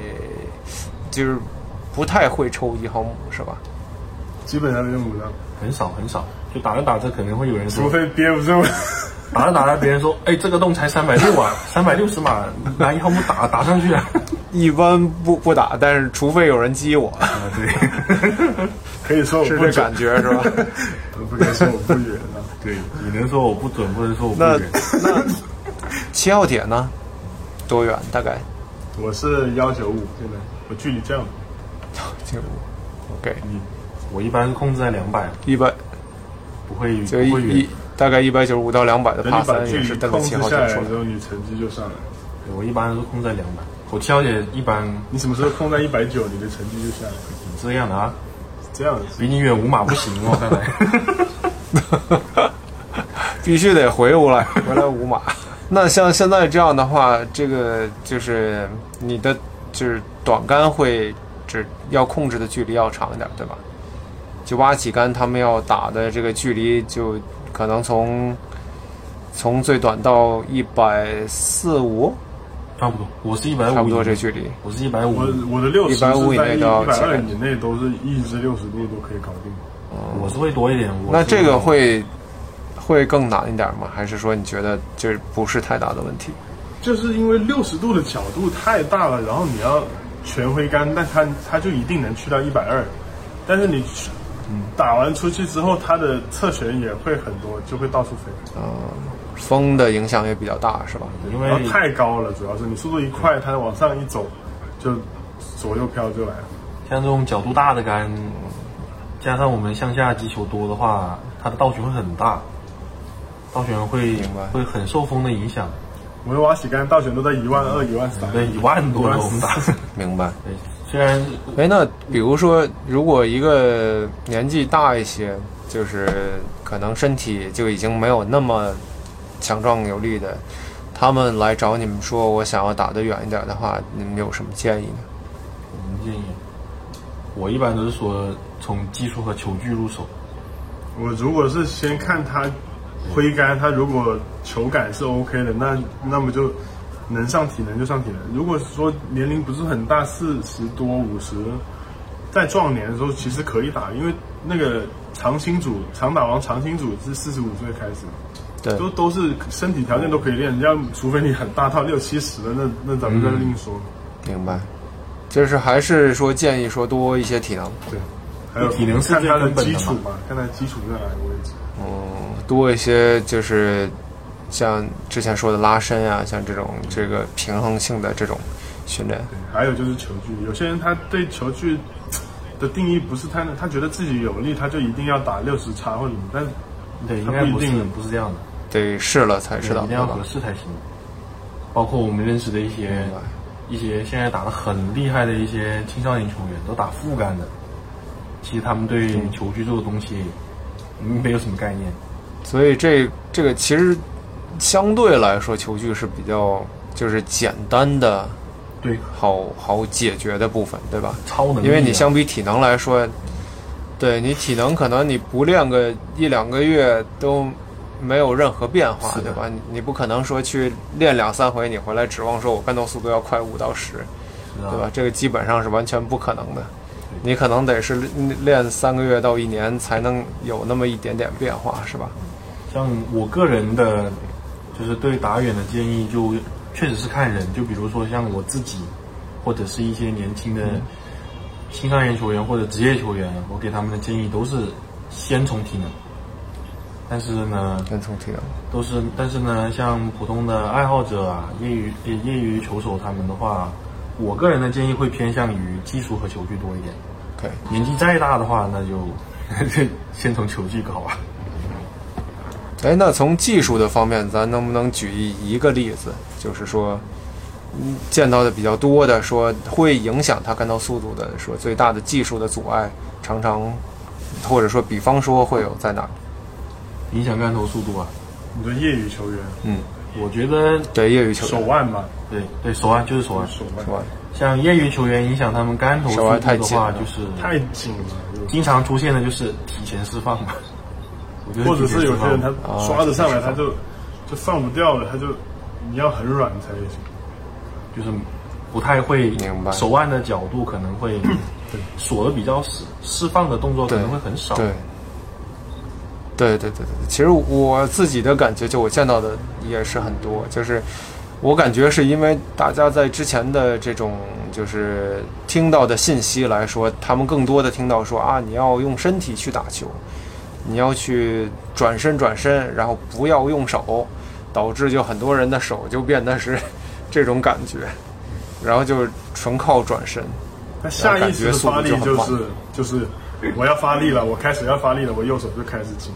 Speaker 1: 就是不太会抽一号木，是吧？
Speaker 2: 基本上用不上，
Speaker 3: 很少很少，就打着打着可能会有人
Speaker 2: 除
Speaker 3: 说，
Speaker 2: 非憋不住。
Speaker 3: 打着打着别人说， 哎，这个洞才三百六啊，三百六十码，拿一号木打 打上去啊。
Speaker 1: 一般不不打，但是除非有人激 我，
Speaker 3: 啊，对
Speaker 2: 可以说我
Speaker 1: 是
Speaker 2: 不
Speaker 1: 这
Speaker 2: 准
Speaker 1: 感，觉是吧？
Speaker 2: 不可以说我不啊远 了。
Speaker 3: 对，你能说我不准，不能说我不
Speaker 1: 那
Speaker 3: 准。
Speaker 1: 那七号铁呢？多远？大概
Speaker 2: 我是幺九五，现在我距离这样，
Speaker 1: 就 OK
Speaker 3: 我一般控制在两百，
Speaker 1: 一百
Speaker 3: 不会
Speaker 1: 就
Speaker 3: 不会
Speaker 1: 一
Speaker 3: 远
Speaker 1: 一。大概一百九十五到两百的
Speaker 2: 等
Speaker 1: 帕
Speaker 2: 你把
Speaker 1: 三
Speaker 2: 距
Speaker 1: 也是
Speaker 2: 离
Speaker 1: 蹬个
Speaker 2: 控制
Speaker 1: 七号
Speaker 2: 下
Speaker 1: 铁
Speaker 2: 来
Speaker 1: 出来
Speaker 2: 之。后，你成绩就上来了。
Speaker 3: 对我一般都控制在两百。我七号铁一般
Speaker 2: 你什么时候控在一百九，你的成绩就下来了。
Speaker 3: 这样的啊，
Speaker 2: 这样子，
Speaker 3: 比你远五码不行哦，看 来。
Speaker 1: 必须得回乌来，回来五马。 那像现在这样的话，这个就是你的就是短杆会只要控制的距离要长一点，对吧？就挖起杆他们要打的这个距离就可能从从最短到一百四五，
Speaker 3: 差不多，我是一百五，
Speaker 1: 差不多这距离。
Speaker 3: 我是一
Speaker 1: 哦
Speaker 3: 百五
Speaker 2: 我，我的六十是在
Speaker 1: 150以
Speaker 2: 一
Speaker 1: 内
Speaker 2: 一
Speaker 1: 到
Speaker 2: 百
Speaker 1: 几百
Speaker 2: 二以内都是一至六十内都可以搞定。
Speaker 3: 我是会多一点。我
Speaker 1: 那
Speaker 3: 是
Speaker 1: 这个会会更难一点吗？还是说你觉得就是不是太大的问题？
Speaker 2: 就是因为六十度的角度太大了，然后你要全挥杆，但它它就一定能去到一百二，但是你去嗯打完出去之后，它的侧旋也会很多，就会到处飞。
Speaker 1: 风的影响也比较大，是吧？
Speaker 3: 因
Speaker 2: 然后
Speaker 3: 为
Speaker 2: 哦太高了，主要是你速度一快，它往上一走，就左右飘就来了。
Speaker 3: 像这种角度大的杆，加上我们向下击球多的话，它的倒旋会很大，倒旋会
Speaker 1: 明白
Speaker 3: 会很受风的影响，
Speaker 2: 我们挖洗干倒旋都在一万二、一万三，
Speaker 3: 对一万多都大。
Speaker 1: 明白。
Speaker 3: 对，虽然
Speaker 1: 哎，那比如说，如果一个年纪大一些，就是可能身体就已经没有那么强壮有力的，他们来找你们说我想要打得远一点的话，你们有什么建议呢？
Speaker 3: 我们建议，我一般都是说从技术和球具入手，
Speaker 2: 我如果是先看他挥杆，他如果球感是 OK 的，那那么就能上体能就上体能。如果说年龄不是很大，四十多五十，在壮年的时候其实可以打，因为那个长青组长打王长青组是四十五岁开始，
Speaker 1: 对，
Speaker 2: 都都是身体条件都可以练，要除非你很大到六七十的，那那咱们再另说。
Speaker 1: 明白。就是还是说建议说多一些体能，
Speaker 2: 对，还有
Speaker 3: 体能是
Speaker 2: 看他
Speaker 3: 最根本
Speaker 2: 基
Speaker 3: 的
Speaker 2: 础
Speaker 3: 嘛
Speaker 2: 嘛，看他基础在哪个位置。
Speaker 1: 嗯，多一些就是像之前说的拉伸啊，像这种这个平衡性的这种训练。
Speaker 2: 还有就是球具，有些人他对球具的定义不是太那，他觉得自己有力，他就一定要打六十叉或者什么，但
Speaker 3: 对，应
Speaker 2: 它
Speaker 3: 该
Speaker 2: 不一
Speaker 3: 不是
Speaker 2: 定
Speaker 3: 不是这样的，
Speaker 1: 得试了才知道，
Speaker 3: 一定要合适才行。包括我们认识的一些
Speaker 1: 明白
Speaker 3: 一些现在打得很厉害的一些青少年球员，都打副杆的，其实他们对球具这个东西没有什么概念。
Speaker 1: 所以这这个其实相对来说，球具是比较就是简单的，
Speaker 3: 对，
Speaker 1: 好好解决的部分，对吧？
Speaker 3: 超能力啊、
Speaker 1: 因为你相比体能来说，对你体能可能你不练个一两个月都没有任何变化
Speaker 3: 是，的
Speaker 1: 对吧？你你不可能说去练两三回，你回来指望说我干动速度要快五到十，
Speaker 3: 是
Speaker 1: 对
Speaker 3: 啊吧？
Speaker 1: 吧？这个基本上是完全不可能的。你可能得是练三个月到一年才能有那么一点点变化，是吧？
Speaker 3: 像我个人的，就是对打远的建议就，确实是看人。就比如说像我自己，或者是一些年轻的青少年球员或者职业球员，我给他们的建议都是先从体能。但是呢，
Speaker 1: 先从体能，
Speaker 3: 都是，但是呢，像普通的爱好者啊、业余业业余球手他们的话，我个人的建议会偏向于技术和球具多一点。
Speaker 1: 对，
Speaker 3: 年纪再大的话，那就 先从球具搞吧。
Speaker 1: 哎，那从技术的方面，咱能不能举一一个例子，就是说，嗯，见到的比较多的，说会影响他干到速度的，说最大的技术的阻碍，常常或者说，比方说会有在哪？
Speaker 3: 影响干头速度啊，
Speaker 2: 你说业余球员
Speaker 1: 嗯，
Speaker 3: 我觉得
Speaker 1: 对，业余球
Speaker 2: 手
Speaker 1: 员
Speaker 2: 腕嘛，
Speaker 3: 对对手腕就是手腕。
Speaker 2: 手腕
Speaker 1: 是吧？
Speaker 3: 像业余球员影响他们杆头速
Speaker 1: 手
Speaker 3: 度
Speaker 1: 腕太
Speaker 3: 的
Speaker 1: 紧
Speaker 3: 话，
Speaker 1: 了
Speaker 3: 就是
Speaker 2: 太紧了，有
Speaker 3: 经常出现的就是提前释放 吧。我觉得
Speaker 2: 或者
Speaker 3: 提前
Speaker 2: 是有
Speaker 3: 释
Speaker 2: 些
Speaker 3: 放
Speaker 2: 人他
Speaker 1: 啊
Speaker 2: 刷着上
Speaker 1: 这
Speaker 2: 来他
Speaker 1: 个是
Speaker 2: 就就放不掉了，他就你要很软才行。
Speaker 3: 就是不太会
Speaker 1: 明白
Speaker 3: 手腕的角度可能会锁的比较死，释放的动作可
Speaker 1: 对
Speaker 3: 能会很少。
Speaker 1: 对，对对对对，其实我自己的感觉，就我见到的也是很多，就是我感觉是因为大家在之前的这种就是听到的信息来说，他们更多的听到说啊，你要用身体去打球，你要去转身转身，然后不要用手，导致就很多人的手就变得是 这种感觉，然后就纯靠转身。
Speaker 2: 那下意识的发力
Speaker 1: 然后感觉速度就
Speaker 2: 就
Speaker 1: 很
Speaker 2: 是就是我要发力了，我开始要发力了，我右手就开始紧。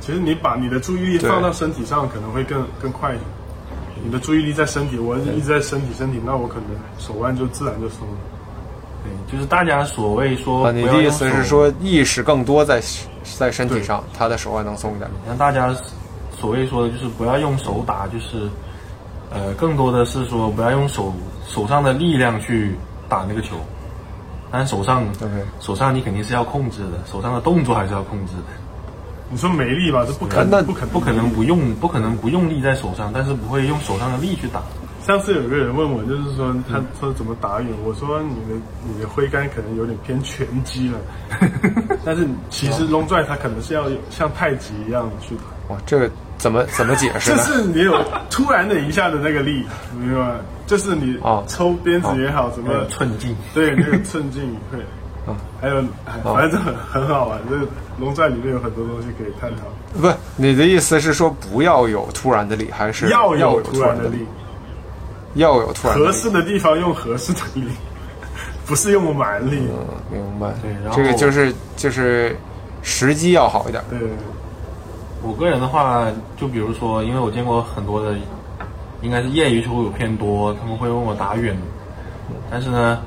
Speaker 2: 其实你把你的注意力
Speaker 1: 对
Speaker 2: 放到身体上，可能会更更快一点。你的注意力在身体，我一直在身体身体，那我可能手腕就自然就松了。
Speaker 3: 对就是大家所谓说
Speaker 2: 哦
Speaker 1: 啊，
Speaker 3: 不
Speaker 1: 你
Speaker 3: 要
Speaker 1: 的意
Speaker 3: 用
Speaker 1: 思
Speaker 3: 手
Speaker 1: 是说，意识更多在在身体
Speaker 2: 对
Speaker 1: 上，他的手腕能松一点。
Speaker 3: 像大家所谓说的就是不要用手打，就是呃，更多的是说不要用手手上的力量去打那个球，但手上
Speaker 1: OK
Speaker 3: 手上你肯定是要控制的，手上的动作还是要控制的，
Speaker 2: 你说没力吧，这不可
Speaker 1: 呃那
Speaker 2: 能，不可能，
Speaker 3: 不可能不用不可能不用力在手上，但是不会用手上的力去打。
Speaker 2: 上次有个人问我，就是
Speaker 1: 嗯
Speaker 2: 说他说怎么打远，我说你的你的挥杆可能有点偏拳 击了，但是其实龙拽他可能是要有像太极一样去打，
Speaker 1: 哇，这个怎么怎么解释
Speaker 2: 就
Speaker 1: 呢？
Speaker 2: 是你有突然的一下的那个力，你明白吗？就是你
Speaker 1: 哦
Speaker 2: 抽鞭子也好，什么
Speaker 3: 呃，寸劲，
Speaker 2: 对那个寸劲会，还有哎反正很很好玩，这龙拽里面有很多东西可以探讨，
Speaker 1: 不，你的意思是说不要有突然的力，还是
Speaker 2: 要有
Speaker 1: 有
Speaker 2: 突
Speaker 1: 突
Speaker 2: 然
Speaker 1: 然
Speaker 2: 的力，，
Speaker 1: 要有突然的
Speaker 2: 合
Speaker 1: 力？
Speaker 2: 适的地方用合适的力， 不是用蛮力，
Speaker 1: 明白
Speaker 3: 对然后。
Speaker 1: 这个就是就是时机要好一点。
Speaker 2: 对。
Speaker 3: 我个人的话，就比如说，因为我见过很多的，应该是业余球友偏多，他们会问我打远，但是呢，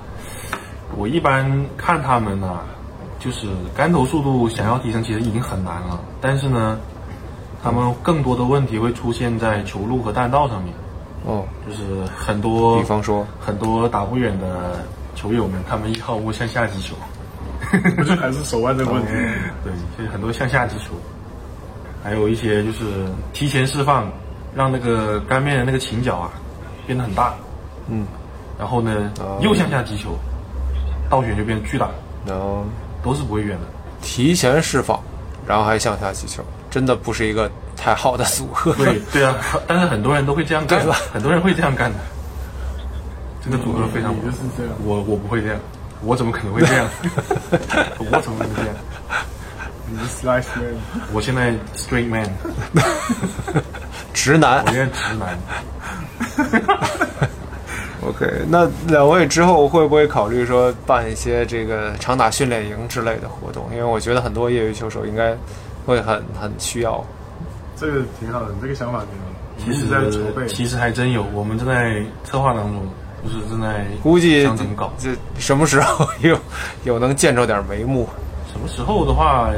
Speaker 3: 我一般看他们呢、就是杆头速度想要提升，其实已经很难了，但是呢，他们更多的问题会出现在球路和弹道上面，
Speaker 1: 嗯，
Speaker 3: 就是很多
Speaker 1: 比方说，
Speaker 3: 很多打不远的球友们，他们要么向下击球，
Speaker 2: 我觉得还是手腕这个问题。
Speaker 3: 对，就是很多向下击球，还有一些就是提前释放，让那个杆面的那个倾角啊变得很大，
Speaker 1: 嗯，
Speaker 3: 然后呢、
Speaker 1: 哦
Speaker 3: 又向下击球，倒旋就变巨大，
Speaker 1: 然后
Speaker 3: 都是不会远的。
Speaker 1: 提前释放，然后还向下击球，真的不是一个太好的组合。
Speaker 3: 对对啊，但是很多人都会这样干
Speaker 1: 对吧，
Speaker 3: 很多人会这样干的，这个组合非常
Speaker 2: 你
Speaker 3: 不
Speaker 2: 就。是这样，
Speaker 3: 我我不会这样，我怎么可能会这样？ 我怎么可能会这样？
Speaker 2: 你是 slice man，
Speaker 3: 我现在 straight man，
Speaker 1: 直男
Speaker 3: 我。现在直男。
Speaker 1: OK，那两位之后会不会考虑说办一些这个长打训练营之类的活动？因为我觉得很多业余球手应该会很很需要。
Speaker 2: 这个挺好的，你这个想法挺好的。我
Speaker 3: 其
Speaker 2: 们一
Speaker 3: 实
Speaker 2: 直在筹备，
Speaker 3: 其实还真有，我们正在策划当中，就是正在
Speaker 1: 估计
Speaker 3: 想怎么搞。
Speaker 1: 这什么时候 有有能见着点眉目？
Speaker 3: 什么时候的话，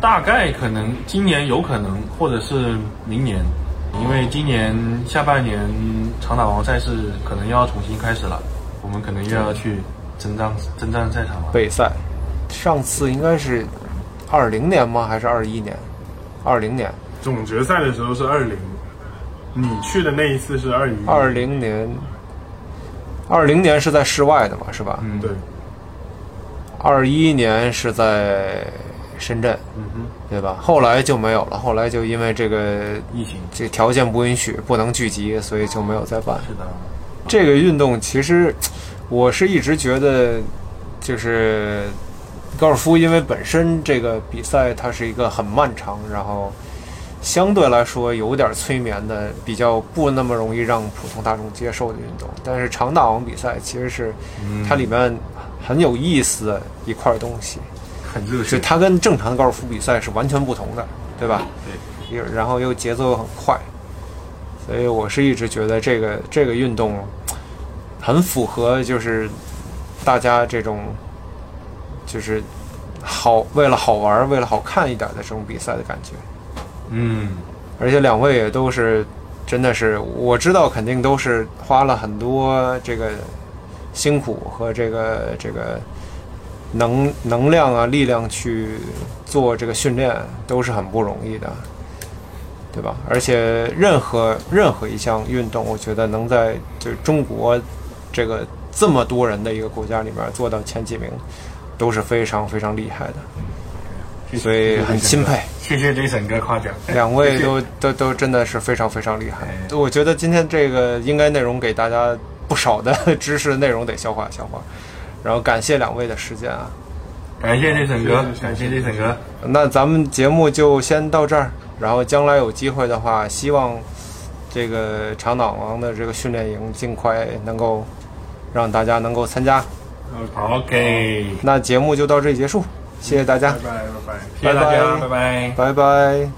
Speaker 3: 大概可能今年有可能，或者是明年，因为今年下半年长打王赛事可能又要重新开始了，我们可能又要去征战征战赛场了。
Speaker 1: 备赛上次应该是二零年吗？还是二一年？二零年，
Speaker 2: 总决赛的时候是二零，你去的那一次是二一，
Speaker 1: 二零年，二零年是在室外的嘛，是吧？
Speaker 3: 嗯
Speaker 2: 对，
Speaker 1: 二一年是在深圳，
Speaker 2: 嗯哼，
Speaker 1: 对吧？后来就没有了，后来就因为这个
Speaker 3: 疫情
Speaker 1: 这条件不允许，不能聚集，所以就没有再办。
Speaker 3: 是的，
Speaker 1: 这个运动其实我是一直觉得，就是高尔夫，因为本身这个比赛它是一个很漫长，然后相对来说有点催眠的，比较不那么容易让普通大众接受的运动。但是长大王比赛其实是它里面很有意思的一块东西，
Speaker 3: 很热
Speaker 1: 就
Speaker 3: 血，
Speaker 1: 它跟正常的高尔夫比赛是完全不同的，对吧？
Speaker 3: 对，
Speaker 1: 又然后又节奏又很快，所以我是一直觉得这个这个运动很符合就是大家这种就是好为了好玩儿、为了好看一点的这种比赛的感觉。
Speaker 3: 嗯，
Speaker 1: 而且两位也都是真的是我知道肯定都是花了很多这个辛苦和这个这个能能量啊力量去做这个训练，都是很不容易的，对吧？而且任何任何一项运动，我觉得能在就是中国这个这么多人的一个国家里面做到前几名，都是非常非常厉害的，
Speaker 3: 谢谢
Speaker 1: 所以很钦佩。
Speaker 3: 谢谢 Jason 哥夸奖，
Speaker 1: 两位
Speaker 3: 谢谢
Speaker 1: 都都都真的是非常非常厉害。
Speaker 3: 哎
Speaker 1: 我觉得今天这个应该内容给大家不少的知识内容得消化消化，然后感谢两位的时间啊。
Speaker 3: 感谢 Jason
Speaker 2: 谢谢谢
Speaker 3: 哥
Speaker 2: 谢，
Speaker 3: 感谢 Jason 哥，
Speaker 1: 那咱们节目就先到这儿，然后将来有机会的话，希望这个长岛王的这个训练营尽快能够让大家能够参加。
Speaker 3: ，OK，
Speaker 1: 那节目就到这里结束，谢谢大家
Speaker 2: 拜，拜拜拜。
Speaker 3: 谢谢大家，
Speaker 1: 拜拜
Speaker 3: 拜
Speaker 1: 拜
Speaker 3: 拜。
Speaker 1: 拜